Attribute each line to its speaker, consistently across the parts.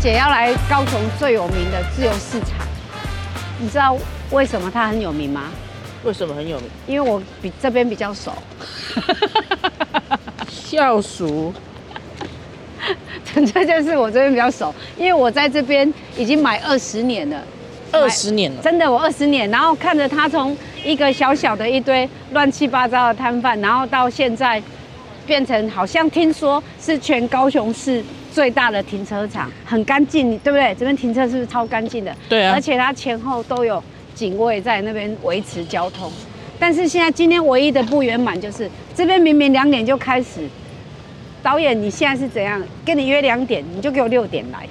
Speaker 1: 姐要来高雄最有名的自由市场，你知道为什么它很有名吗？
Speaker 2: 为什么很有名？
Speaker 1: 因为我比这边比较熟，
Speaker 2: 笑熟，
Speaker 1: 这件事我这边比较熟，因为我在这边已经买二十年了。
Speaker 2: 二十年了，
Speaker 1: 真的，我二十年，然后看着他从一个小小的一堆乱七八糟的摊贩，然后到现在变成好像听说是全高雄市最大的停车场，很干净，对不对？这边停车是不是超干净的？
Speaker 2: 对啊
Speaker 1: 而且它前后都有警卫在那边维持交通。但是现在今天唯一的不圆满就是，这边明明两点就开始，导演你现在是怎样？跟你约两点，你就给我六点来，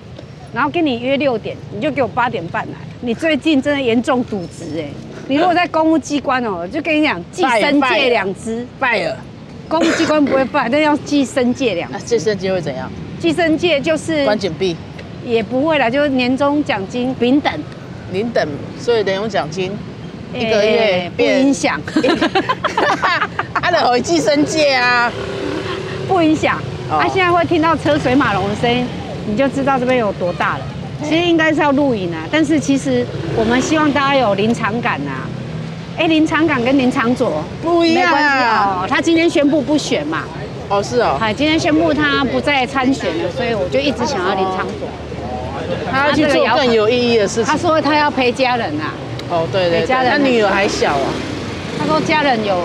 Speaker 1: 然后跟你约六点，你就给我八点半来。你最近真的严重渎职哎！你如果在公务机关哦，就跟你 讲寄生界两只，
Speaker 2: 拜了。
Speaker 1: 公务机关不会办，但要寄生界 两
Speaker 2: 那这升级会怎样？
Speaker 1: 寄生界就是
Speaker 2: 关紧闭，
Speaker 1: 也不会啦，就是年终奖金平等，
Speaker 2: 零等，所以等用奖金一个月
Speaker 1: 哎不
Speaker 2: 变
Speaker 1: 影。响，
Speaker 2: 他的回寄生界啊，
Speaker 1: 不影响。
Speaker 2: 哦
Speaker 1: 啊，现在会听到车水马龙的声音，你就知道这边有多大了。
Speaker 2: 哎
Speaker 1: 其实应该是要录影啊，但是其实我们希望大家有临场感啊。哎、林林场感跟林场佐
Speaker 2: 不一样
Speaker 1: 没关系
Speaker 2: 啊。
Speaker 1: 哦，他今天宣布不选嘛，
Speaker 2: 哦，是哦，
Speaker 1: 哎，今天宣布他不再参选了，所以我就一直想要林场佐。
Speaker 2: 哦他要去
Speaker 1: 这个
Speaker 2: 做
Speaker 1: 也要
Speaker 2: 更
Speaker 1: 考
Speaker 2: 有意义的事情
Speaker 1: 他。说他要陪家人啊，
Speaker 2: 哦，对
Speaker 1: 给
Speaker 2: 对对，
Speaker 1: 家人
Speaker 2: 那
Speaker 1: 啊
Speaker 2: 女友还小啊，
Speaker 1: 他说家人有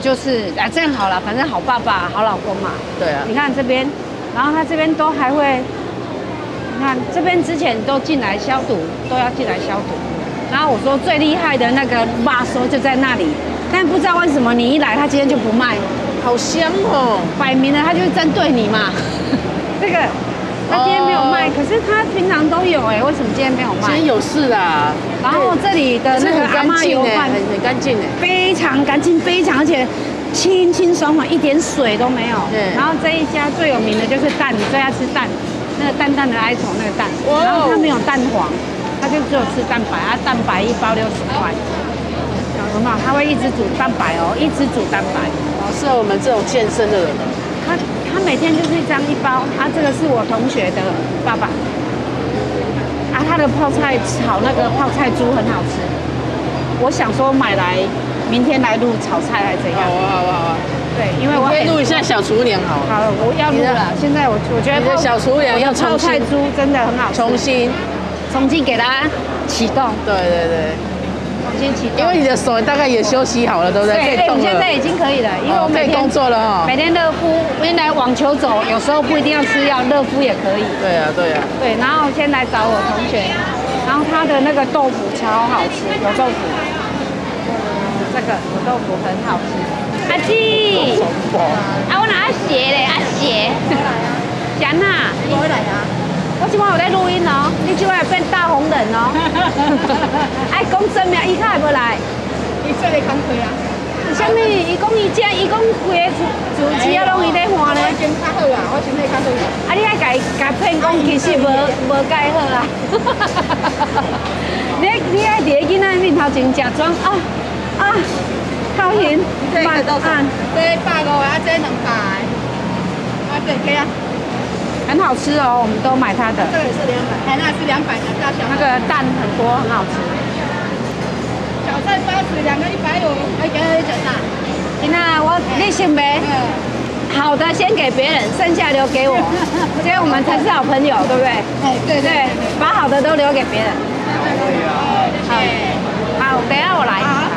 Speaker 1: 就是啊，这样好了，反正好爸爸、好老公嘛。
Speaker 2: 对啊
Speaker 1: 你，看这边，然后他这边都还会，你看这边之前都进来消毒，都要进来消毒。然后我说最厉害的那个骂说就在那里，但不知道为什么你一来，他今天就不卖，
Speaker 2: 好香哦。
Speaker 1: 摆明了他就是针对你嘛。 这个他今天没有卖，
Speaker 2: 哦
Speaker 1: 可是他平常都有哎、为什么今天没有卖
Speaker 2: 今天？有事啦，
Speaker 1: 然后这里的
Speaker 2: 这
Speaker 1: 那
Speaker 2: 很
Speaker 1: 个阿
Speaker 2: 干
Speaker 1: 妈
Speaker 2: 净
Speaker 1: 油
Speaker 2: 哎，
Speaker 1: 饭
Speaker 2: 很很干净哎。
Speaker 1: 非常干净，非常而且清清爽爽，一点水都没有。
Speaker 2: 对
Speaker 1: 然后这一家最有名的就是蛋，你最爱吃蛋，那个淡淡的哀愁那个蛋，
Speaker 2: 哇哦
Speaker 1: 然后它没有蛋黄，它就只有吃蛋白，它蛋白一包六十块。很好，它会一直煮蛋白哦，一直煮蛋白。
Speaker 2: 好适合哦我们这种健身的人哦。
Speaker 1: 它它每天就是这样一包，啊，这个是我同学的爸爸，啊，他的泡菜炒那个泡菜猪很好吃，我想说买来明天来录炒菜还是怎样
Speaker 2: 好？啊，好啊，好啊。
Speaker 1: 对，因为
Speaker 2: 我
Speaker 1: 我
Speaker 2: 可以
Speaker 1: 很
Speaker 2: 录一下小厨娘好了，
Speaker 1: 好了，我要录了。现在我我觉得
Speaker 2: 你的
Speaker 1: 泡
Speaker 2: 小厨娘要
Speaker 1: 我的泡
Speaker 2: 重新
Speaker 1: 菜猪真的很好吃，
Speaker 2: 重新，
Speaker 1: 重新给它启动，
Speaker 2: 对对对，
Speaker 1: 重新启动。
Speaker 2: 因为你的手大概也休息好了，对不对？
Speaker 1: 对
Speaker 2: 可以
Speaker 1: 对，我
Speaker 2: 动
Speaker 1: 现
Speaker 2: 了
Speaker 1: 在，已经可以了，因为
Speaker 2: 哦
Speaker 1: 我每
Speaker 2: 可以
Speaker 1: 天
Speaker 2: 工作了哦
Speaker 1: 每天乐敷，原来网球肘有时候不一定要吃药，乐敷也可以。
Speaker 2: 对啊对 啊，
Speaker 1: 对，然后先来找我同学，然后他的那个豆腐超好吃，油豆腐，这个油豆腐很好吃。阿基，啊，我哪写嘞？阿写， 讲呐，你回来啊？我今晚有在录音哦，你今晚有变大红人哦。哎，讲真名，伊卡会无来？
Speaker 3: 你做你工课啊？
Speaker 1: 啥物？伊讲伊这，伊讲规个主主持啊，拢伊在换咧
Speaker 3: 我。先较好啊，我先去较好啊。
Speaker 1: 啊，你爱家家骗讲，其实无无介好啦。 你你爱伫个囡仔面头前假装啊啊，讨厌，慢按，
Speaker 3: 这百五的啊，这两百的。啊，对，可以啊，
Speaker 1: 很好吃哦，我们都买它的
Speaker 3: 这。个也是两百，哎，那是两百的大小。
Speaker 1: 那个蛋很多，很好吃。
Speaker 3: 小菜八十，两个一百五，还给我一整大。
Speaker 1: 囡仔，我你行呗，
Speaker 3: 嗯，
Speaker 1: 好的先给别人，剩下留 给我，这样我们才是好朋友，对不对？
Speaker 3: 哎，对
Speaker 1: 对，把好的都留给别人。好，好，等一下我来。啊，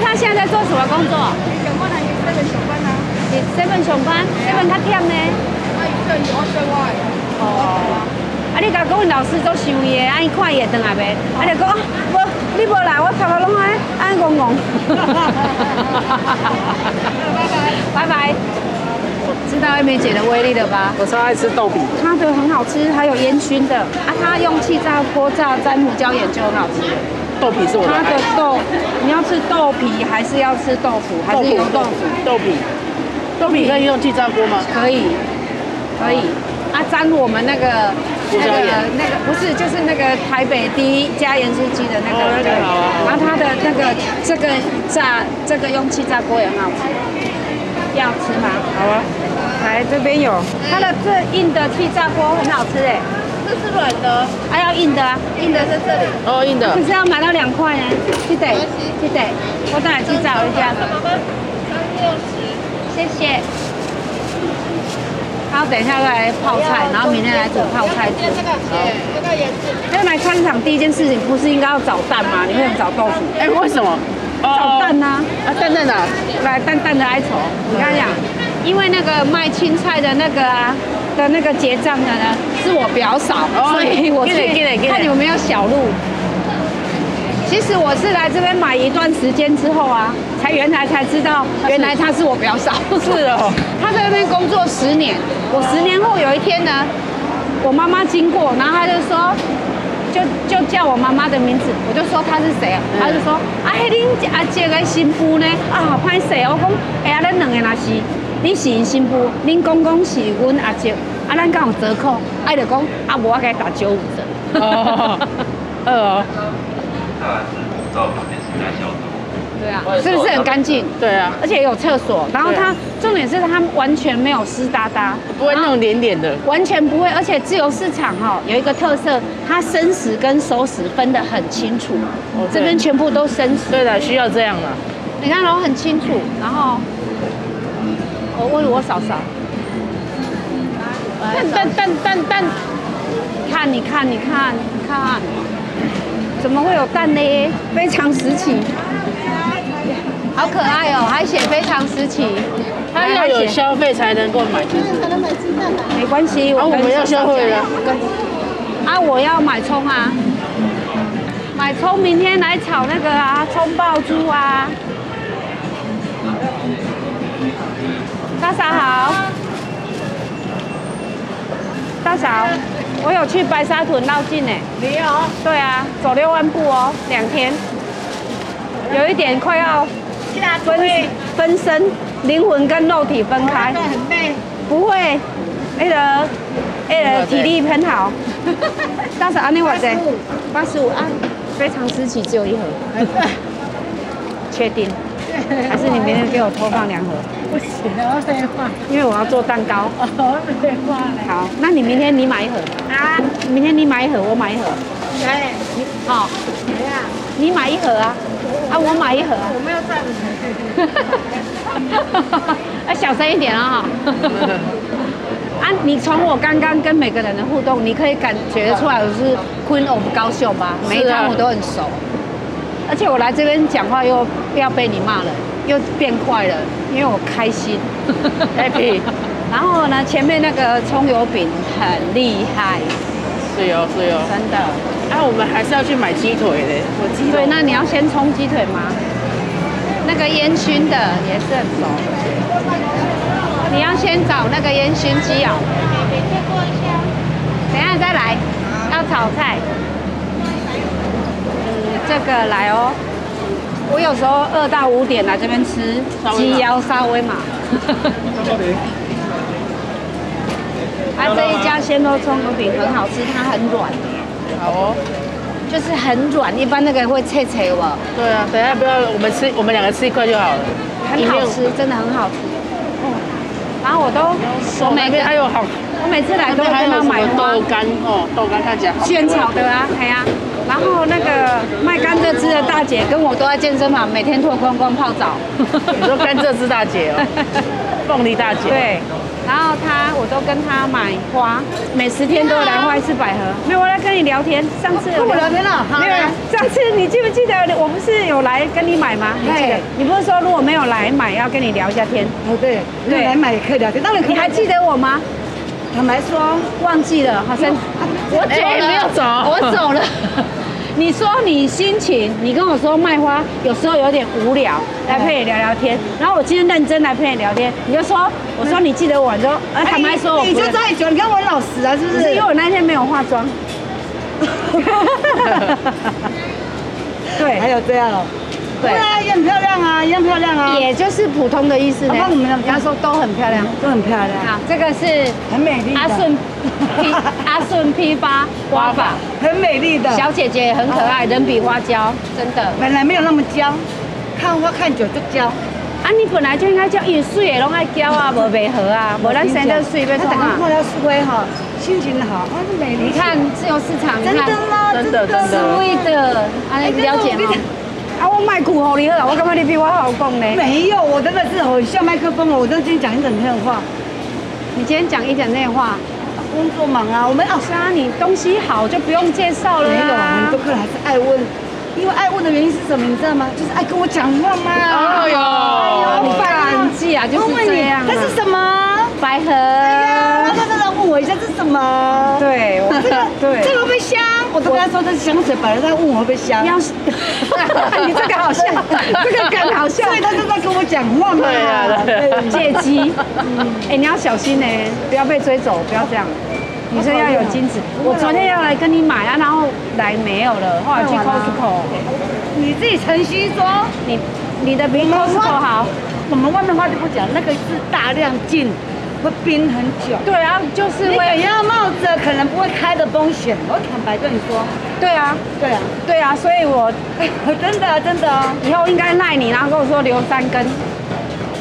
Speaker 1: 他现在在做什么工作？
Speaker 3: 小关还有这个小关啊，
Speaker 1: 你 seven 上班，seven 较忝呢。
Speaker 3: 我有这有我做我的。
Speaker 1: 哦。啊，你甲阮老师做想伊的，啊，伊看伊会转来袂？啊，就讲啊无，你无来，我头毛拢安安戆 戆。拜拜。知道艾美姐的威力了吧？
Speaker 2: 我超爱吃豆饼，
Speaker 1: 它的很好吃，还有烟熏的啊，它用气炸锅炸沾胡椒盐就很好吃。
Speaker 2: 豆皮是我的
Speaker 1: 它
Speaker 2: 爱
Speaker 1: 的。豆，你要吃豆皮还是要吃豆腐，还是油豆腐？
Speaker 2: 豆饼，豆饼可以用气炸锅吗？
Speaker 1: 可以，可以。啊，沾我们那个
Speaker 2: 胡
Speaker 1: 那
Speaker 2: 椒
Speaker 1: 个
Speaker 2: 盐
Speaker 1: 那个不是，就是那个台北第一加盐酥鸡的那个。
Speaker 2: 哦那个好啊好啊
Speaker 1: 然后它的那个这个炸这个用气炸锅也很好吃，要吃吗？
Speaker 2: 好啊，
Speaker 1: 来这边有它的这硬的气炸锅很好吃哎，
Speaker 3: 这是软的，
Speaker 1: 还、要硬的啊，
Speaker 3: 硬的在这里。
Speaker 2: 哦，硬的
Speaker 1: 可，是要买到两块呢，去得
Speaker 3: 没关系
Speaker 1: 去得，我等下去找一下，
Speaker 3: 什么吗？三六十，
Speaker 1: 谢谢。然后等一下再来泡菜，然后明天来煮泡菜
Speaker 3: 今天这
Speaker 1: 吃。
Speaker 3: 个，这个也是。
Speaker 1: 要来康场第一件事情不是应该要找蛋吗？你为什么找豆腐？
Speaker 2: 哎，为什么？
Speaker 1: 找蛋
Speaker 2: 哦，
Speaker 1: 啊，
Speaker 2: 啊，蛋蛋啊，
Speaker 1: 来淡淡的哀愁。我跟你讲，因为那个卖青菜的那个啊的那个结账的呢，是我表嫂，
Speaker 2: 哦
Speaker 1: 所以我
Speaker 2: 进来进来进
Speaker 1: 去
Speaker 2: 来
Speaker 1: 看有没有小路。其实我是来这边买一段时间之后啊，才原来才知道，原来她是我表嫂。
Speaker 2: 是哦，
Speaker 1: 他在那边工作十年，我十年后有一天呢，我妈妈经过，然后他就说，就就叫我妈妈的名字，我就说她是谁啊？
Speaker 2: 嗯
Speaker 1: 他就说啊，迄恁阿姐的新妇呢？啊，歹势，我讲，哎呀，咱两个若是，你是因新妇，恁公公是阮阿姐，啊，咱敢有折扣？哎，就讲啊，无我给他打九五折。 呃
Speaker 2: 哦，二哦，
Speaker 4: 那是步道旁边是一家小猪，
Speaker 1: 对啊，是不是很干净？
Speaker 2: 对啊，
Speaker 1: 而且有厕所，然后
Speaker 2: 对
Speaker 1: 它
Speaker 2: 啊
Speaker 1: 重点是它完全没有湿哒哒，
Speaker 2: 不会弄脸脸的，
Speaker 1: 完全不会，而且自由市场哈、有一个特色，它生食跟熟食分得很清楚，
Speaker 2: 哦
Speaker 1: 这
Speaker 2: 对
Speaker 1: 边全部都生食，
Speaker 2: 对的，需要这样了。
Speaker 1: 你看然哦后很清楚，然后我问我嫂嫂，来
Speaker 2: 蛋蛋蛋蛋蛋，
Speaker 1: 你看你看你看你看，怎么会有蛋呢？非常时期，好可爱哦，还写非常时期，
Speaker 2: 它
Speaker 1: 来
Speaker 2: 要有
Speaker 1: 写
Speaker 2: 消费才能够买，就是。哦
Speaker 1: 没关系，
Speaker 2: 啊，我
Speaker 1: 跟
Speaker 2: 们要
Speaker 1: 嫂嫂
Speaker 2: 消费
Speaker 1: 讲
Speaker 2: 了。
Speaker 1: 啊，我要买葱啊，买葱，明天来炒那个啊，葱爆珠啊。大嫂好，大嫂，我有去白沙屯绕境呢。
Speaker 3: 没有，
Speaker 1: 对啊，走六万步哦，两天，有一点快要
Speaker 3: 其他
Speaker 1: 分分身，灵魂跟肉体分开。
Speaker 3: 很累。
Speaker 1: 不会，那个那个体力很 好。当时安尼我这八十五啊，非常时期只有一盒，确定？还是你明天给我偷放两盒？
Speaker 3: 不行了，我废话，
Speaker 1: 因为我要做蛋糕。
Speaker 3: 我废话了。
Speaker 1: 好，那你明天你买一盒啊？明天你买一盒，我买一盒。
Speaker 3: 哎，
Speaker 1: 你好、哦，
Speaker 3: 谁呀？
Speaker 1: 你买一盒啊，啊我买一盒啊。
Speaker 3: 我没有赚。
Speaker 1: 啊，小声一点啊、 啊，你从我刚刚跟每个人的互动，你可以感觉出来我是 Queen of 高秀吧？每一趟我都很熟，而且我来这边讲话又要被你骂了，又变快了，因为我开心
Speaker 2: Happy
Speaker 1: 然后呢，前面那个葱油饼很厉害，
Speaker 2: 是哦是哦，
Speaker 1: 真的。
Speaker 2: 啊，我们还是要去买鸡腿嘞，我鸡
Speaker 1: 对，
Speaker 2: 腿
Speaker 1: 那你要先冲鸡腿吗？那个烟熏的也是很熟，你要先找那个烟熏鸡哦。等一下再来，要炒菜。嗯，这个来哦。我有时候饿到五点来这边吃
Speaker 2: 沙威玛
Speaker 1: 鸡腰沙威玛。啊，这一家鲜肉葱油饼很好吃，它很软，
Speaker 2: 好哦，
Speaker 1: 就是很软，一般那个会脆脆我。
Speaker 2: 对啊，等一下不要我们吃，我们两个吃一块就好了，
Speaker 1: 很好吃，真的很好吃。嗯然后我都
Speaker 2: 哦
Speaker 1: 我每
Speaker 2: 那边还有好，
Speaker 1: 我每次来
Speaker 2: 那
Speaker 1: 都
Speaker 2: 边
Speaker 1: 会
Speaker 2: 还
Speaker 1: 跟
Speaker 2: 有
Speaker 1: 他
Speaker 2: 什
Speaker 1: 买
Speaker 2: 么
Speaker 1: 花
Speaker 2: 豆干哦，豆干看起来好
Speaker 1: 现炒的啊，哎呀、然后那个卖甘蔗汁的大姐跟我都在健身房，每天脱光光泡澡。
Speaker 2: 你说甘蔗汁大姐 哦，凤梨大姐，，
Speaker 1: 对，然后她我都跟她买花，每十天都有来花一次百合。没有，我来跟你聊天。上次有
Speaker 3: 跟我聊天了，
Speaker 1: 没有，上次你记不记得我不是有来跟你买吗？你记得
Speaker 3: 对？
Speaker 1: 你不是说如果没有来买要跟你聊一下天？
Speaker 3: 哦对，
Speaker 1: 对
Speaker 3: 对，来买也可以聊天，当然可以
Speaker 1: 你还
Speaker 3: 聊天。
Speaker 1: 记得我吗？
Speaker 3: 坦白说，
Speaker 1: 忘记了，好像我走
Speaker 2: 哎
Speaker 1: 了，
Speaker 2: 没有走
Speaker 1: 我走了。你说你心情，你跟我说卖花有时候有点无聊，来陪你聊聊天。然后我今天认真来陪你聊天，你就说，我说你记得我，你说，呃，坦白说我
Speaker 3: 哎你
Speaker 1: 不
Speaker 3: 就
Speaker 1: 认
Speaker 3: 太久，你看我很老实啊，是不
Speaker 1: 不
Speaker 3: 是？
Speaker 1: 是因为我那天没有化妆。
Speaker 3: 还
Speaker 1: 对
Speaker 3: 有这样哦，
Speaker 1: 对
Speaker 3: 对啊，也很漂亮啊，一样漂亮啊，
Speaker 1: 也就是普通的意思呢
Speaker 3: 啊。那我们
Speaker 1: 人家说都很漂亮。
Speaker 3: 都很漂亮，
Speaker 1: 好，这个是
Speaker 3: 很美丽的，
Speaker 1: 啊阿顺批阿顺批发花法。
Speaker 3: 很美丽的。
Speaker 1: 小姐姐也很可爱，人比花娇，真的。
Speaker 3: 本来没有那么娇，看花看久就娇。
Speaker 1: 啊，你本来就应该叫，因为水的拢爱娇啊，无袂好啊，无咱生得水要
Speaker 3: 他
Speaker 1: 创
Speaker 3: 等下
Speaker 1: 啊。
Speaker 3: 看到水哈，心情好，啊，这美
Speaker 1: 哎你
Speaker 3: 丽。
Speaker 1: 看自由市场，你
Speaker 3: 真
Speaker 1: 看
Speaker 3: 的吗？
Speaker 2: 真的真的
Speaker 1: 对的，啊，
Speaker 3: 哎真的
Speaker 1: 了解
Speaker 3: 我跟
Speaker 1: 哈
Speaker 3: 你。
Speaker 1: 啊，我卖苦吼你好，我感觉你比我好讲呢。
Speaker 3: 没有，我真的是很像麦克风了。我真的今天讲一整天的话，
Speaker 1: 你今天讲一点内话，
Speaker 3: 工作忙啊，我们哦，
Speaker 1: 是啊，你东西好就不用介绍了
Speaker 3: 没有，我
Speaker 1: 啦
Speaker 3: 们。都客人还是爱问，因为爱问的原因是什么，你知道吗？就是爱跟我讲话嘛。
Speaker 2: 哎呦
Speaker 1: 啊你
Speaker 3: 老板
Speaker 1: 看，季啊，就
Speaker 3: 我
Speaker 1: 是
Speaker 3: 问
Speaker 1: 这
Speaker 3: 你
Speaker 1: 样啊。
Speaker 3: 这是什么？
Speaker 1: 百合。
Speaker 3: 啊，他真的问我一下这是什么？。
Speaker 1: 对，我
Speaker 3: 这个
Speaker 1: 对，
Speaker 3: 这个会不会香？我都跟他说这是香水，本来他问我会不会香，
Speaker 1: 要是你这个好笑，这个更好笑
Speaker 3: 所。以他就在跟我讲话嘛。
Speaker 2: 对啊对啊
Speaker 1: 借机，哎、你要小心呢、不要被追走，不要这样。女生要有矜持。我昨天要来跟你买啊，然后来没有了，后来去
Speaker 3: 卖完了
Speaker 1: Costco，
Speaker 3: 你自己诚心说，
Speaker 1: 你你的比 Costco 好。
Speaker 3: 我们外面话就不讲，那个是大量进，会冰很久。
Speaker 1: 对啊，就是
Speaker 3: 你可
Speaker 1: 会，
Speaker 3: 要冒着可能不会开的风险，我坦白跟你说，
Speaker 1: 对啊，
Speaker 3: 对啊，
Speaker 1: 对啊，所以 我
Speaker 3: 真的啊真的啊，
Speaker 1: 以后应该赖你，然后跟我说留三根，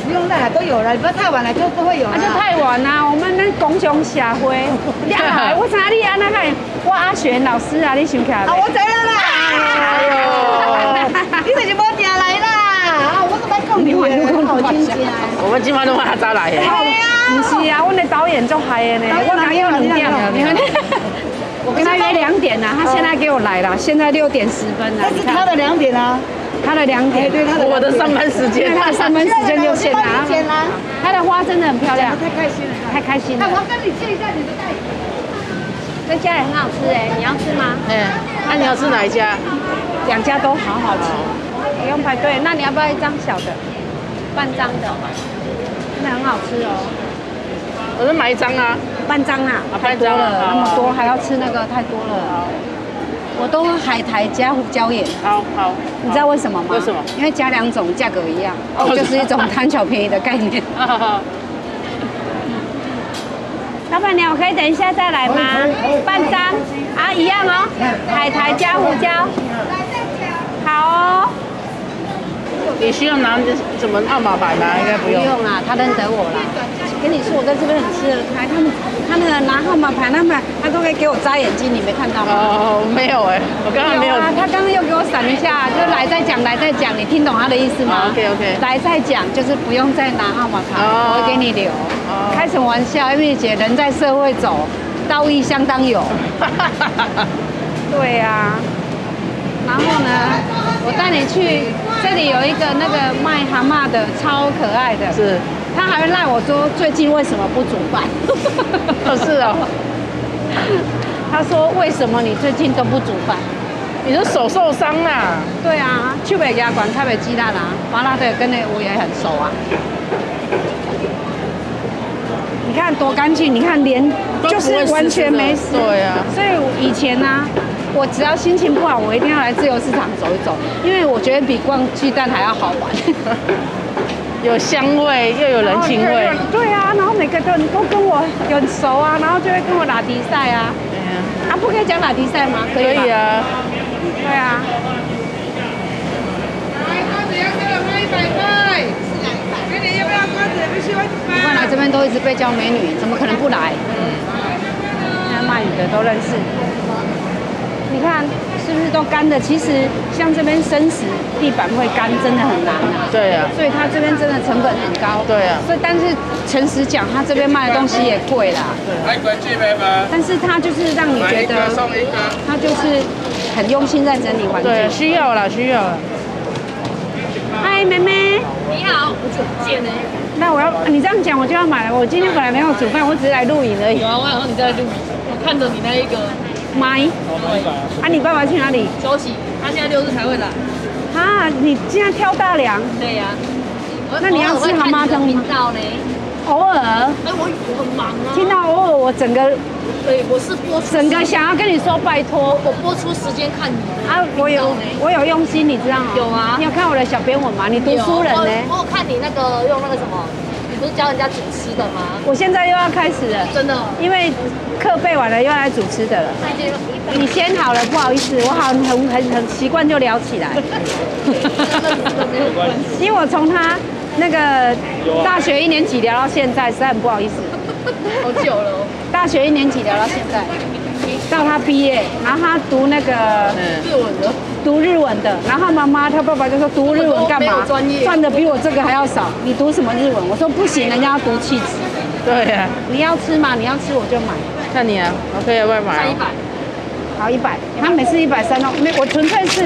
Speaker 3: 不用赖都有了，你不要太晚了啊就不会有
Speaker 1: 那、就
Speaker 3: 了。
Speaker 1: 啊太晚啦、我们那拱熊社会， 呀，我查你啊那个，我阿璇老师啊，你想起来
Speaker 3: 啊，
Speaker 1: 没？哦
Speaker 3: 我知了 啦，哎呦，你就是无定来啦，啊，我怎么讲你话，我好啊亲切。
Speaker 2: 我们今晚都晚他来耶。
Speaker 1: 哦
Speaker 3: 对啊
Speaker 1: 不是啊，我的导演就嗨的呢，
Speaker 3: 导演
Speaker 1: 我哪有冷掉
Speaker 3: 哪有
Speaker 1: 你看， 我啊跟他约两点啦，他现在给我来了，现在六点十分了
Speaker 3: 这，
Speaker 1: 你
Speaker 3: 哦是他
Speaker 1: 看
Speaker 3: 的两点啊，
Speaker 1: 他的两
Speaker 3: 哎，
Speaker 1: 点，
Speaker 3: 对他的
Speaker 2: 我的上班时
Speaker 1: 因为
Speaker 2: 间，
Speaker 1: 他的上班时间就限啦，
Speaker 3: 剪啦，
Speaker 1: 他的花真的很漂亮，
Speaker 3: 太开心了。
Speaker 1: 太开心
Speaker 3: 哎，
Speaker 1: 了，
Speaker 3: 我跟你借一下你的袋子，
Speaker 1: 这家也很好吃哎，你要吃吗？
Speaker 2: 哎，那你要吃哪一家？
Speaker 1: 两家都好好吃，不用排队。那你要不要一张小的，半张的？真的很好吃哦，
Speaker 2: 我就买一张啊，
Speaker 1: 半张啊，
Speaker 2: 啊
Speaker 1: 太
Speaker 2: 半
Speaker 1: 多
Speaker 2: 张
Speaker 1: 了，
Speaker 2: 啊
Speaker 1: 那么多还要吃那个太多了。我都海苔加胡椒盐。
Speaker 2: 好好。
Speaker 1: 你知道为什么吗？
Speaker 2: 为什么？
Speaker 1: 因为加两种价格一样，
Speaker 2: 哦
Speaker 1: 就是一种贪小便宜的概念。
Speaker 2: 好？
Speaker 1: 老板娘，我可以等一下再来吗？半张啊，一样哦，海苔加胡椒。好哦，
Speaker 2: 你需要拿什么号码牌吗？啊应该不
Speaker 1: 不
Speaker 2: 用。
Speaker 1: 用啦，他认得我啦。跟你说，我在这边很吃得开，他们他们拿号码牌，他们他都会给我眨眼睛，你没看到吗？
Speaker 2: 哦，没有哎，我刚刚没有。
Speaker 1: 啊，他刚刚又给我闪一下，就来再讲，来再讲，你听懂他的意思吗、
Speaker 2: 哦，OK，OK
Speaker 1: 来再讲就是不用再拿号码牌，我
Speaker 2: 哦
Speaker 1: 会给你留。
Speaker 2: 哦
Speaker 1: 开什么玩笑，因为姐人在社会走，道义相当有。对呀、
Speaker 2: 啊
Speaker 1: 然后呢，我带你去这里有一个那个卖蛤蟆的，超可爱的，
Speaker 2: 是，
Speaker 1: 他还会赖我说最近为什么不煮 饭？
Speaker 2: 哦是哦。
Speaker 1: 他说为什么你最近都不煮饭？
Speaker 2: 你的手受伤啦？
Speaker 1: 对啊，去北家馆台北鸡蛋啊，麻辣队跟那个我也很熟啊。你看多干净，你看连
Speaker 2: 都不
Speaker 1: 就
Speaker 2: 会
Speaker 1: 是
Speaker 2: 湿湿
Speaker 1: 完全
Speaker 2: 的
Speaker 1: 没事。
Speaker 2: 对啊
Speaker 1: 所以我以前呢、我只要心情不好，我一定要来自由市场走一走，因为我觉得比逛鸡蛋还要好玩。
Speaker 2: 有香味又有人情味
Speaker 1: 然。后对啊，然后每个人都跟我很熟啊，然后就会跟我打比赛啊。
Speaker 2: 嗯
Speaker 1: 啊，不可以讲打比赛吗？可
Speaker 2: 可
Speaker 1: 以吧
Speaker 2: 以。啊，
Speaker 1: 对啊。
Speaker 5: 来，瓜子要给我卖一百块。
Speaker 1: 啊
Speaker 5: 那你要不要瓜子？必须要一
Speaker 1: 不
Speaker 5: 百
Speaker 1: 然。来这边都一直被叫美女，怎么可能不来？嗯那卖鱼的都认识，你看是不是都干的？其实像这边生食地板会干，真的很难啊。
Speaker 2: 对啊，
Speaker 1: 所以它这边真的成本很高。
Speaker 2: 对啊
Speaker 1: 所以但是诚实讲，它这边卖的东西也贵啦。
Speaker 6: 来滚哎去呗吧，
Speaker 1: 但是它就是让你
Speaker 6: 买
Speaker 1: 觉
Speaker 6: 一个
Speaker 1: 得，
Speaker 6: 送一个。
Speaker 1: 它就是很用心在整理环境。
Speaker 2: 对，需要啦，需要啦。
Speaker 1: 嗨，妹妹。你好，我怎么见呢？那我要你这样讲，我就要买了。我今天本来没有煮饭，我只是来录影而已。
Speaker 7: 有啊，我想说你在录，我看着你那一个
Speaker 1: 买啊，你爸爸去哪里？
Speaker 7: 消息，他现在六日才会来。
Speaker 1: 啊，你竟然挑大梁，
Speaker 7: 对呀、我
Speaker 1: 那你要吃蛤蟆汤吗
Speaker 7: 偶尔会看你的频道呢？
Speaker 1: 偶尔
Speaker 7: 哎，我我很忙啊。
Speaker 1: 听到偶尔，我整个
Speaker 7: 对，哎我是播出
Speaker 1: 整个想要跟你说拜托
Speaker 7: 我播出时间看你。
Speaker 1: 啊，我有我有用心，你知道吗？
Speaker 7: 有啊
Speaker 1: 你有看我的小编文吗？你读
Speaker 7: 有
Speaker 1: 书人呢、
Speaker 7: 我我有看你那个用那个什么，你不是教人家煮吃的吗？
Speaker 1: 我现在又要开始了，
Speaker 7: 真的，
Speaker 1: 因为课备完了，又要来主持的了。
Speaker 7: 那就
Speaker 1: 你先好了，不好意思，我好像很很很习惯就聊 起来，
Speaker 7: 没有关系。
Speaker 1: 因为我从他那个大学一年级聊到现在，实在很不好意思。
Speaker 7: 好久了 哦，
Speaker 1: 大学一年级聊到现在，到他毕业，然后他读那个
Speaker 2: 嗯，
Speaker 7: 日文的，
Speaker 1: 读日文的，然后妈妈他爸爸就说读日文干
Speaker 7: 没
Speaker 1: 嘛
Speaker 7: 有专业？
Speaker 1: 赚的比我这个还要少，你读什么日文？我说不行，人家要读气质。
Speaker 2: 对呀、
Speaker 1: 你要吃嘛？你要吃我就买，
Speaker 2: 看你啊，OK 啊，外买
Speaker 7: 三一
Speaker 2: 哦。
Speaker 7: 百，
Speaker 1: 好一百。他每次一百三哦，没我纯粹是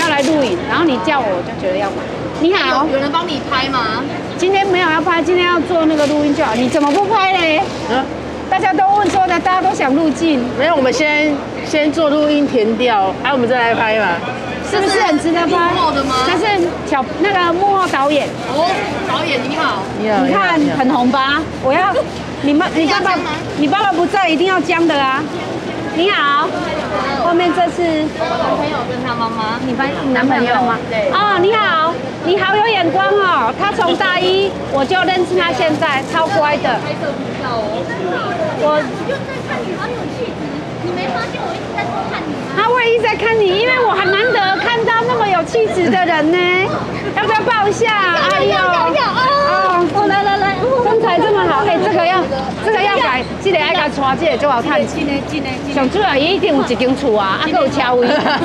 Speaker 1: 要来录影，然后你叫我我就觉得要买。你好
Speaker 7: 哦有，有人帮你拍吗？
Speaker 1: 今天没有要拍，今天要做那个录音就好。你怎么不拍嘞？
Speaker 2: 嗯，
Speaker 1: 大家都问说的，大家都想入镜，
Speaker 2: 没有，我们先先做录音填掉，啊，我们再来拍嘛。
Speaker 1: 是不是很值得
Speaker 7: 这是
Speaker 1: 拍
Speaker 7: 幕后的吗？
Speaker 1: 但是小那个幕后导演，
Speaker 7: 哦，导演你好，
Speaker 2: 你好，
Speaker 1: 你看
Speaker 2: 你好
Speaker 1: 很红吧？我 要你妈，你爸爸，你爸爸不在，一定要僵的啊！你好，后面这是
Speaker 7: 我男朋友跟他妈妈，
Speaker 1: 你班男朋友吗？
Speaker 7: 对
Speaker 1: 哦，你好，你好有眼光哦！他从大一我就认识他，现在超乖的。
Speaker 7: 拍摄不到哦，
Speaker 1: 我
Speaker 6: 就在看你，好有气质。你没发现我一直在偷看你吗？
Speaker 1: 他会一直在看你，因为我很难得看到那么有气质的人呢。要不要抱一下？哎呦，哦，我来来来，身材这么好，哎，这个要这个要改，这个要改穿，这个就好看。
Speaker 3: 真的真的真的，
Speaker 1: 上主要伊一定有一间厝 啊，啊，还有车位，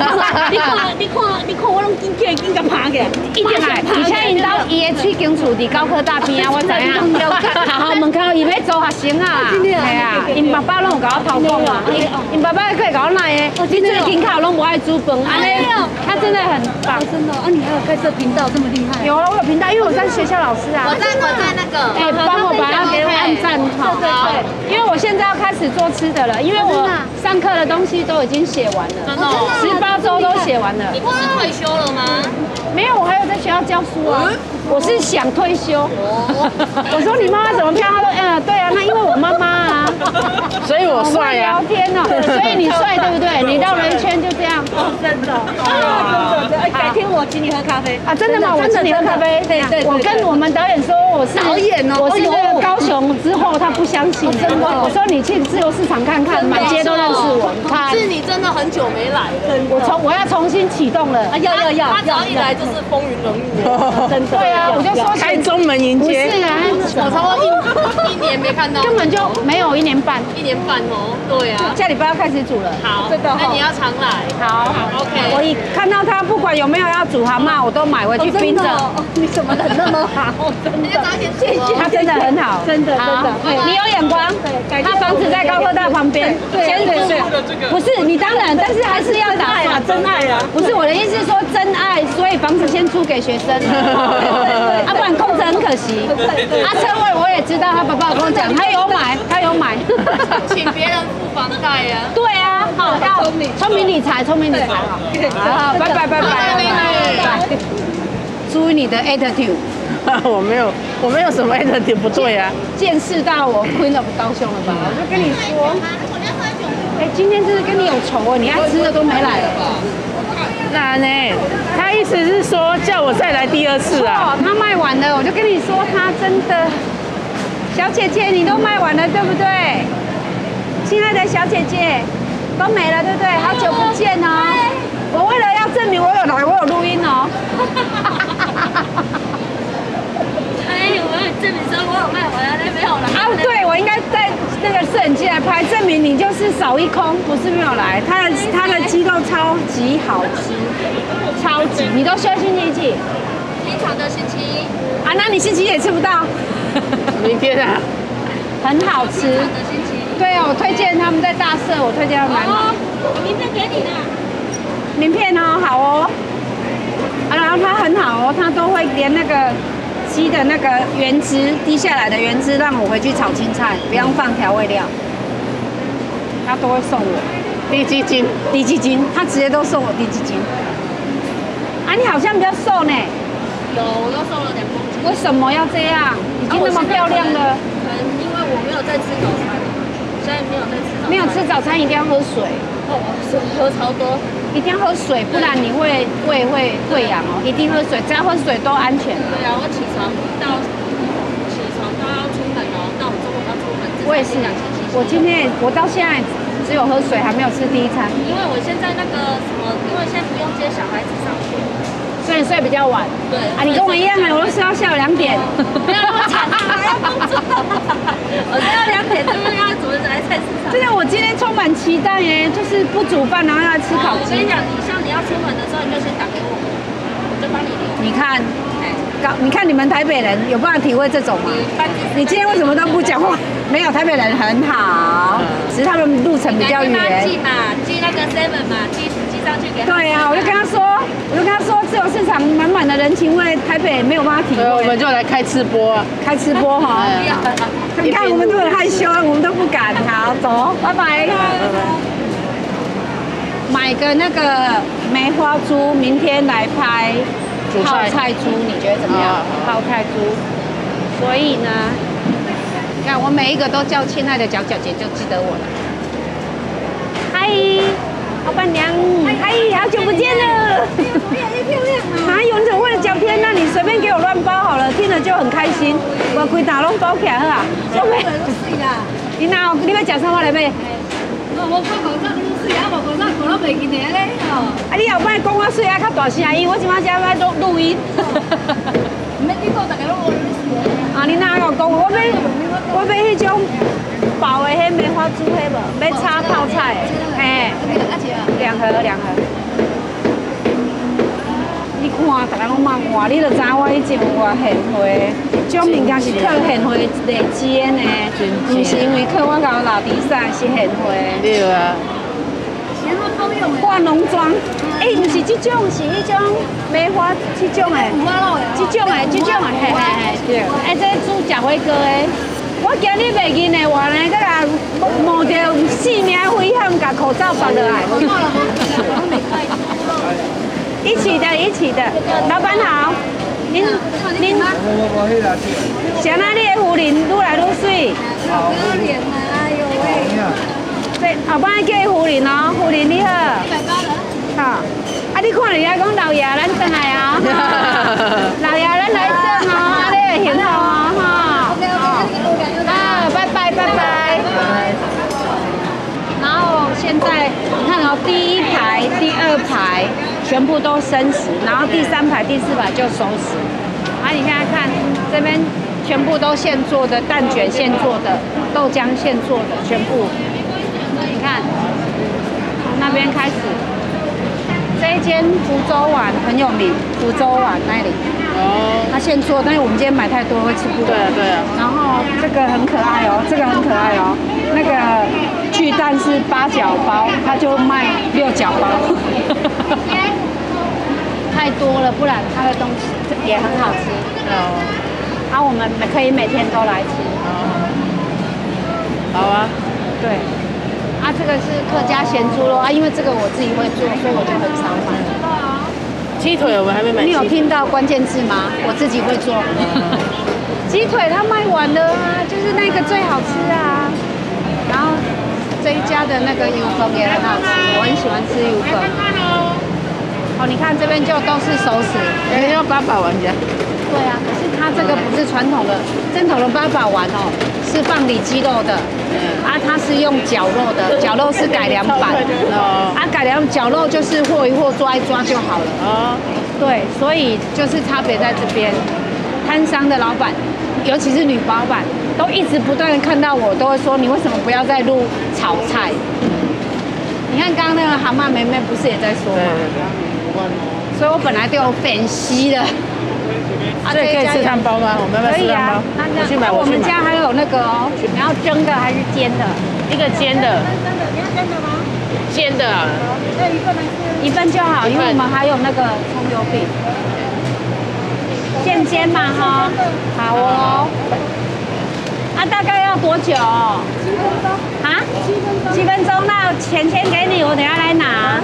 Speaker 6: 你看，你看，你看，我拢紧起来，紧甲爬起来，
Speaker 1: 一定来。而且因兜伊的水间厝伫高科大边啊，我知 影。学校门口伊要租学生啊，系啊，因爸爸拢有甲我偷讲啊，因因爸爸会甲我赖的，你这个门口拢无爱煮饭，安尼，他真的啊很棒。
Speaker 6: 真的啊！你还有开设频道，这么厉害。
Speaker 1: 有啊，我有频道，因为我在学校老师啊。
Speaker 7: 我在我在那个，
Speaker 1: 哎，帮我把它给我按赞好。对，因为我现在要开始做吃的啊了，因为我上课的东西都已经写完
Speaker 7: 真
Speaker 1: 了，
Speaker 7: 的哦，
Speaker 1: 十八周都写完了
Speaker 7: 你。不是退休了吗？
Speaker 1: 没有，我还有在学校教书啊。我是想退休。 我说你妈妈怎么漂亮？她说嗯，对啊，那因为我妈妈啊。
Speaker 2: 所以我
Speaker 1: 好会
Speaker 2: 帅
Speaker 1: 聊
Speaker 2: 呀、啊。
Speaker 1: 天 哦，所以你帅对不对？你绕了一圈就这样。哦
Speaker 3: 哦真的，啊真的真的，哎改天我请你喝咖啡。
Speaker 1: 啊，真的吗？我
Speaker 3: 真的
Speaker 1: 请你喝
Speaker 3: 真的
Speaker 1: 咖啡。
Speaker 3: 对对对
Speaker 1: 我跟我们导演说我是
Speaker 3: 导演哦
Speaker 1: 我是
Speaker 3: 哎呦哦
Speaker 1: 那个高雄之后，他不相信。真的，我说你去自由市场看看，满街都认识我。你看，
Speaker 7: 是你真的很久没来了，
Speaker 1: 我重我要重新启动了。
Speaker 3: 哎
Speaker 7: 要要要，他只要一来就是风云人物哦，
Speaker 1: 对啊，我就说
Speaker 2: 开中门迎
Speaker 1: 不
Speaker 2: 接。
Speaker 1: 是啊，
Speaker 7: 我差不哦多一一年没看到，
Speaker 1: 根本就没有一年半，
Speaker 7: 一年半哦，对啊，
Speaker 1: 下礼拜要开始煮了。
Speaker 7: 好，那你要常来
Speaker 1: 哦好，
Speaker 7: ，OK，
Speaker 1: 我一看到他不管有没有要煮蛤蟆，我都买
Speaker 3: 哦
Speaker 1: 回去冰着。
Speaker 6: 你怎么能那么好？真
Speaker 7: 你就早点谢谢。
Speaker 1: 他真的很好，
Speaker 6: 真的真
Speaker 1: 好
Speaker 6: 的对
Speaker 1: 你有眼光。他房子在高科大旁边，先对对，不是你当然，但是还是要打算真爱啊。不是我的意思是说真爱，所以房子先租给学生， 啊，不然空着很可惜。啊，车位我也知道，他爸爸有跟我讲，他有买，他有 买。
Speaker 7: 请别人付房贷呀、
Speaker 1: 对啊，好，要聪明理财，聪明理财好。好，拜拜拜拜拜拜。注意你的 attitude，
Speaker 2: 我没有，我没有什么 a t 不对啊 呀、
Speaker 1: 见识到我 Queen of 高雄了吧？我就跟你说。
Speaker 6: 我要喝酒。
Speaker 1: 哎，今天真的跟你有仇哦，你爱吃的都没来了。
Speaker 2: 那呢，他意思是说叫我再来第二次啊。
Speaker 1: 哦，他卖完了，我就跟你说，他真的，小姐姐你都卖完了，对不对？亲爱的小姐姐，都没了，对不对？好久不见哦。我为了要证明我有来，我有录音哦。
Speaker 6: 哎，我有证明说我有卖，我要那没有了。
Speaker 1: 啊，对，我应该带那个摄影机来拍，证明你就是少一空，不是没有来。他的他的肌肉超级好吃，超级，你都休星期几？
Speaker 7: 平常的星期一，
Speaker 1: 啊，那你星期一也吃不到。
Speaker 2: 明天啊，
Speaker 1: 很好吃。对啊，我推荐他们在大社，我推荐他们来买
Speaker 6: 哦，我明天给你啦。
Speaker 1: 名片哦，好哦。啊，然后它很好哦，它都会连那个鸡的那个原汁滴下来的原汁，让我回去炒青菜，不用放调味料。它都会送我
Speaker 2: 低基金。
Speaker 1: 低鸡精，它直接都送我低鸡精。啊，你好像比较瘦呢，
Speaker 7: 有我又瘦了两公斤。
Speaker 1: 为什么要这样？已经那么漂亮了，
Speaker 7: 可能嗯因为我没有在吃早餐，所以没有在吃早餐。
Speaker 1: 没有吃早餐一定要喝水。
Speaker 7: 哦，水喝超多。
Speaker 1: 一定要喝水，不然你会胃会溃疡哦。一定喝水，只要喝水都安全。
Speaker 7: 对啊，我起床到起床到要出门哦，到我中午要出门。
Speaker 1: 我也是
Speaker 7: 两千七，
Speaker 1: 我今天也我到现在只有喝水，还没有吃第一餐，
Speaker 7: 因为我现在那个什么，因为现在不用接小孩子上学。
Speaker 1: 所以睡比较晚。啊
Speaker 7: 对
Speaker 1: 啊，你跟我一样啊，我都睡到下午两点。
Speaker 7: 没有那么惨啊，啊
Speaker 6: 我知道两点就是要怎么来菜市场。
Speaker 1: 真的，我今天充满期待耶，就是不煮饭，然后要来吃
Speaker 6: 我
Speaker 1: 烤
Speaker 6: 跟
Speaker 1: 鸡
Speaker 6: 你。讲，你像你要出门的时候，你就先打给我，我就帮你留。
Speaker 1: 你看，
Speaker 6: 哎，
Speaker 1: 搞，你看你们台北人有办法体会这种吗？
Speaker 6: 你搬
Speaker 1: 你今天为什么都不讲话？ 没有，台北人很好，
Speaker 2: 嗯
Speaker 1: 只是他们路程比较
Speaker 6: 你来
Speaker 1: 远
Speaker 6: 寄。嘛，寄那个 seven 嘛，寄寄上去给他。
Speaker 1: 对啊，我就跟他说，我就跟他说，自由市场满满的人情味，台北没有办法体
Speaker 2: 所以我
Speaker 1: 会。
Speaker 2: 们就来开吃播啊。
Speaker 1: 开吃播 哈，
Speaker 6: 不要了。
Speaker 1: 你看我们都很害羞，我们都不敢。好，走，拜拜。买个那个梅花猪，明天来拍
Speaker 2: 煮
Speaker 1: 泡
Speaker 2: 菜
Speaker 1: 菜猪，你觉得怎么样
Speaker 2: 好？
Speaker 1: 泡菜猪。所以呢，你看我每一个都叫亲爱的小姐姐，就记得我了。嗨，老板娘，嗨，好久不见了。
Speaker 7: 啊
Speaker 1: 哪啊有你怎么为了讲天呢、你随便给我乱包好了，听了就很开心。我规打拢包起来好啊，做咩？你哪有？你要食啥我来买？
Speaker 5: 我看口罩拢水啊，无口罩可能袂记得咧哦。
Speaker 1: 啊，你后摆讲我水啊较大声，因为我即摆才要录录音。
Speaker 5: 毋免你讲，大家拢无认识的。
Speaker 1: 啊，你哪有讲？我买我买迄种薄的迄梅花猪迄无，要炒泡菜的，嘿，
Speaker 5: 阿姐啊，
Speaker 1: 两盒两盒。你看，逐个拢骂我，你就知我以前有偌贤惠。这种物件是靠贤惠累积的呢，毋是因为靠我甲我老弟生是贤惠。
Speaker 2: 对啊，
Speaker 1: 化浓妆，哎、毋是即种，是迄种梅花，即种诶，即种诶，即种诶，嘿嘿嘿，对。哎、这煮食火锅诶，我今日袂认诶，我呢，啊搁来冒着性命危险，甲口罩拔落来。一起的，一起的，老板好，您您，谁那你的夫人愈来愈水？对，后摆叫伊夫人哦，夫人你好。好，啊，你看人家讲老爷，咱转来啊、老爷，咱来转哦，啊，你会幸福哦，哈、啊，拜拜拜拜。然后现在你看哦，第一排、第二排全部都生食，然后第三排、第四排就熟食。啊，你现在看这边全部都现做的蛋卷，现做的豆浆，现做的全部。你看那边开始，这一间福州碗很有名，福州碗那里
Speaker 2: 哦，
Speaker 1: 它现做，但是我们今天买太多会吃不完。
Speaker 2: 对啊对啊，
Speaker 1: 然后这个很可爱哦，这个很可爱哦。那个巨蛋是八角包，它就卖六角 包，太多了，不然它的东西也很好吃。
Speaker 2: 哦，
Speaker 1: 啊，我们可以每天都来吃。
Speaker 2: 好啊，
Speaker 1: 对。啊，这个是客家咸猪肉啊，因为这个我自己会做，所以我就很少买。
Speaker 2: 鸡腿我们还没买
Speaker 1: 你有
Speaker 2: 鸡腿，
Speaker 1: 听到关键字吗？我自己 会做。鸡腿它卖完了啊，就是那个最好吃啊。然后这一家的那个油封也很好吃，我很喜欢吃油封。哦，你看这边就都是熟食。
Speaker 2: 哎，要八把玩家，
Speaker 1: 对啊，可是它这个不是传统的正统的八宝丸哦，是放里脊肉的，啊，它是用绞肉的，绞肉是改良 版，
Speaker 2: 哦
Speaker 1: 啊，改良绞肉就是和一和抓一抓就好了。
Speaker 2: 哦，
Speaker 1: 对，所以就是差别在这边，摊商的老板，尤其是女老板，都一直不断的看到我，都会说你为什么不要再录炒菜？你看刚刚那个蛤蟆妹妹不是也在说
Speaker 2: 对
Speaker 1: 吗？
Speaker 2: 对对，
Speaker 1: 所以我本来都有粉丝的，啊，
Speaker 2: 所以可以
Speaker 1: 家
Speaker 2: 吃
Speaker 1: 也
Speaker 2: 汤包吗？我们
Speaker 1: 可
Speaker 2: 要不要
Speaker 1: 以
Speaker 2: 吃汤
Speaker 1: 啊
Speaker 2: 包，？
Speaker 1: 那这
Speaker 2: 我
Speaker 1: 样
Speaker 2: 去买，
Speaker 1: 啊
Speaker 2: 我
Speaker 1: 我
Speaker 2: 去
Speaker 1: 们
Speaker 2: 买，
Speaker 1: 家还有那个哦，你要蒸的还是煎的？
Speaker 2: 一个煎的，煎的啊，
Speaker 1: 一份就好，因为我们还有那个葱油饼，现煎嘛哈，好哦。啊，大概要多久？七分钟。啊？七分钟。七分钟，那钱先给你，我等下来拿。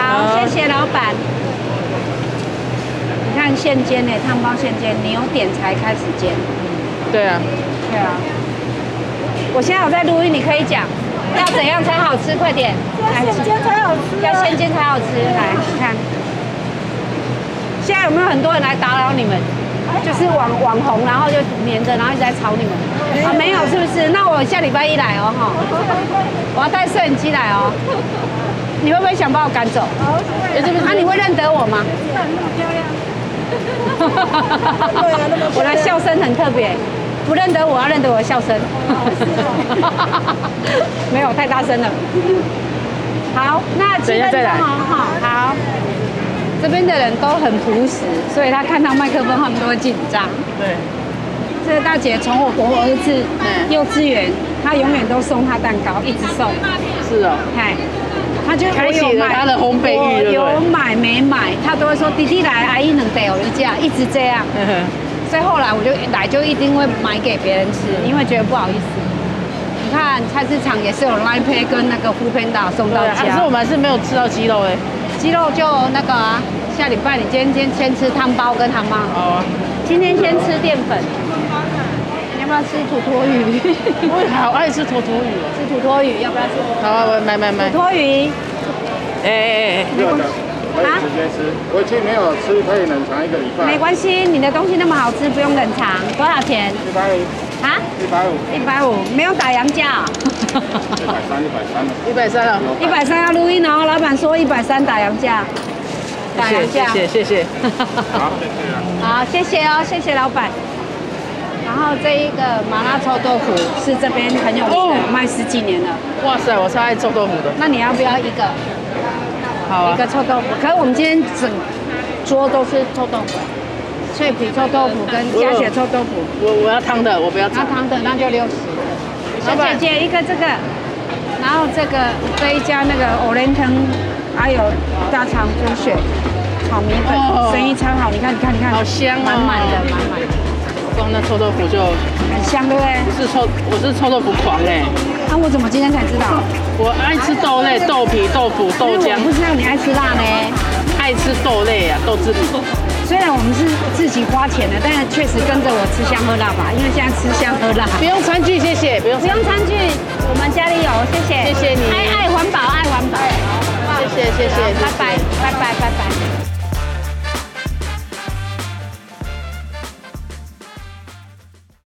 Speaker 1: 好，
Speaker 2: 好
Speaker 1: 谢谢老板。你看现煎呢，汤包现煎，你有点才开始煎。
Speaker 2: 对啊，
Speaker 1: 对啊。我现在有在录音，你可以讲要怎样才好吃，快点。来
Speaker 3: 现煎才好吃啊
Speaker 1: 要现煎才好吃，来你看。现在有没有很多人来打扰你们？
Speaker 3: 哎
Speaker 1: 就是网网红，然后就黏着，然后一直在吵你们。啊，没有，是不是？那我下礼拜一来哦，哈，我要带摄影机来 哦。你会不会想把我赶走？哎这边啊，你会认得我吗？
Speaker 3: 那么漂亮，
Speaker 1: 我的笑声很特别。不认得我，要认得我的笑声。
Speaker 2: 哦
Speaker 1: 没有太大声了。好，那
Speaker 2: 等一下再来
Speaker 1: 气氛都好好好。这边的人都很朴实，所以他看到麦克风，他们都会紧张。
Speaker 2: 对，
Speaker 1: 这个大姐从我我儿子
Speaker 2: 嗯
Speaker 1: 幼稚园，她永远都送他蛋糕，一直送。
Speaker 2: 是 哦。
Speaker 1: 嗨，他就
Speaker 2: 开启了他的烘焙欲
Speaker 1: 我
Speaker 2: 对不对
Speaker 1: 有买没买，他都会说弟弟来，阿姨能带我一家，一直这样。
Speaker 2: 呵呵
Speaker 1: 所以后来我就来就一定会买给别人吃，因为觉得不好意思。你看菜市场也是有 Line Pay 跟那个 f o o Panda 送到
Speaker 2: 对啊，可是
Speaker 1: 家
Speaker 2: 我，们还是没有吃到鸡肉哎。
Speaker 1: 鸡肉就那个啊，下礼拜你今天先吃汤包跟汤包，
Speaker 2: 好啊，
Speaker 1: 今天先吃淀粉。你要不要吃土托鱼？
Speaker 2: 我也好爱吃坨坨鱼哦。
Speaker 1: 吃土托鱼要不要吃？
Speaker 2: 好啊，我买买买
Speaker 1: 土。托鱼
Speaker 2: 哎哎哎，
Speaker 8: 没有的，可以
Speaker 1: 啊
Speaker 8: 直接吃。回去没有吃可以冷藏一个礼拜。
Speaker 1: 没关系，你的东西那么好吃，不用冷藏。多少钱？
Speaker 8: 一百五，
Speaker 1: 啊？
Speaker 8: 一百五，
Speaker 1: 一百五，没有打烊价、
Speaker 8: 一百三，一百三的。
Speaker 2: 一百三啊。
Speaker 1: 一百三要录音哦，老板说一百三打烊价，打
Speaker 2: 谢
Speaker 1: 烊
Speaker 2: 谢
Speaker 1: 价。
Speaker 2: 谢谢谢谢。
Speaker 8: 好，谢谢啊。
Speaker 1: 好，谢谢哦，谢谢老板。然后这一个麻辣臭豆腐是这边很有名的，
Speaker 2: 哦
Speaker 1: 卖十几年了。
Speaker 2: 哇塞，我超爱臭豆腐的。
Speaker 1: 那你要不要一个
Speaker 2: 好
Speaker 1: 一
Speaker 2: 啊
Speaker 1: 个。臭豆腐？可是我们今天整桌都是臭豆腐，脆皮臭豆腐跟
Speaker 2: 呃
Speaker 1: 加血臭豆腐，
Speaker 2: 我我要汤的，我不要
Speaker 1: 然
Speaker 2: 汤
Speaker 1: 后。汤的那就六十。小
Speaker 2: 老
Speaker 1: 姐
Speaker 2: 板
Speaker 1: 姐一个这个，然后这个这一家那个藕莲藤，还有大肠猪血炒米粉，
Speaker 2: 哦
Speaker 1: 生意超好。你看，你看，你看，
Speaker 2: 好香哦
Speaker 1: 满满的，满满的，
Speaker 2: 光那臭豆腐就
Speaker 1: 很香，对不对？
Speaker 2: 不是臭，我是臭豆腐狂哎、
Speaker 1: 啊，我怎么今天才知道？
Speaker 2: 我爱吃豆类、豆皮、豆腐、豆
Speaker 1: 因为
Speaker 2: 浆
Speaker 1: 我，不知道你爱吃辣呢。
Speaker 2: 爱吃豆类啊，豆制品。
Speaker 1: 虽然我们是自己花钱的，但是确实跟着我吃香喝辣吧，因为现在吃香喝辣。
Speaker 2: 不用餐具，谢谢，不用
Speaker 1: 不。用餐具，我们家里有，谢谢，
Speaker 2: 谢谢你
Speaker 1: 爱爱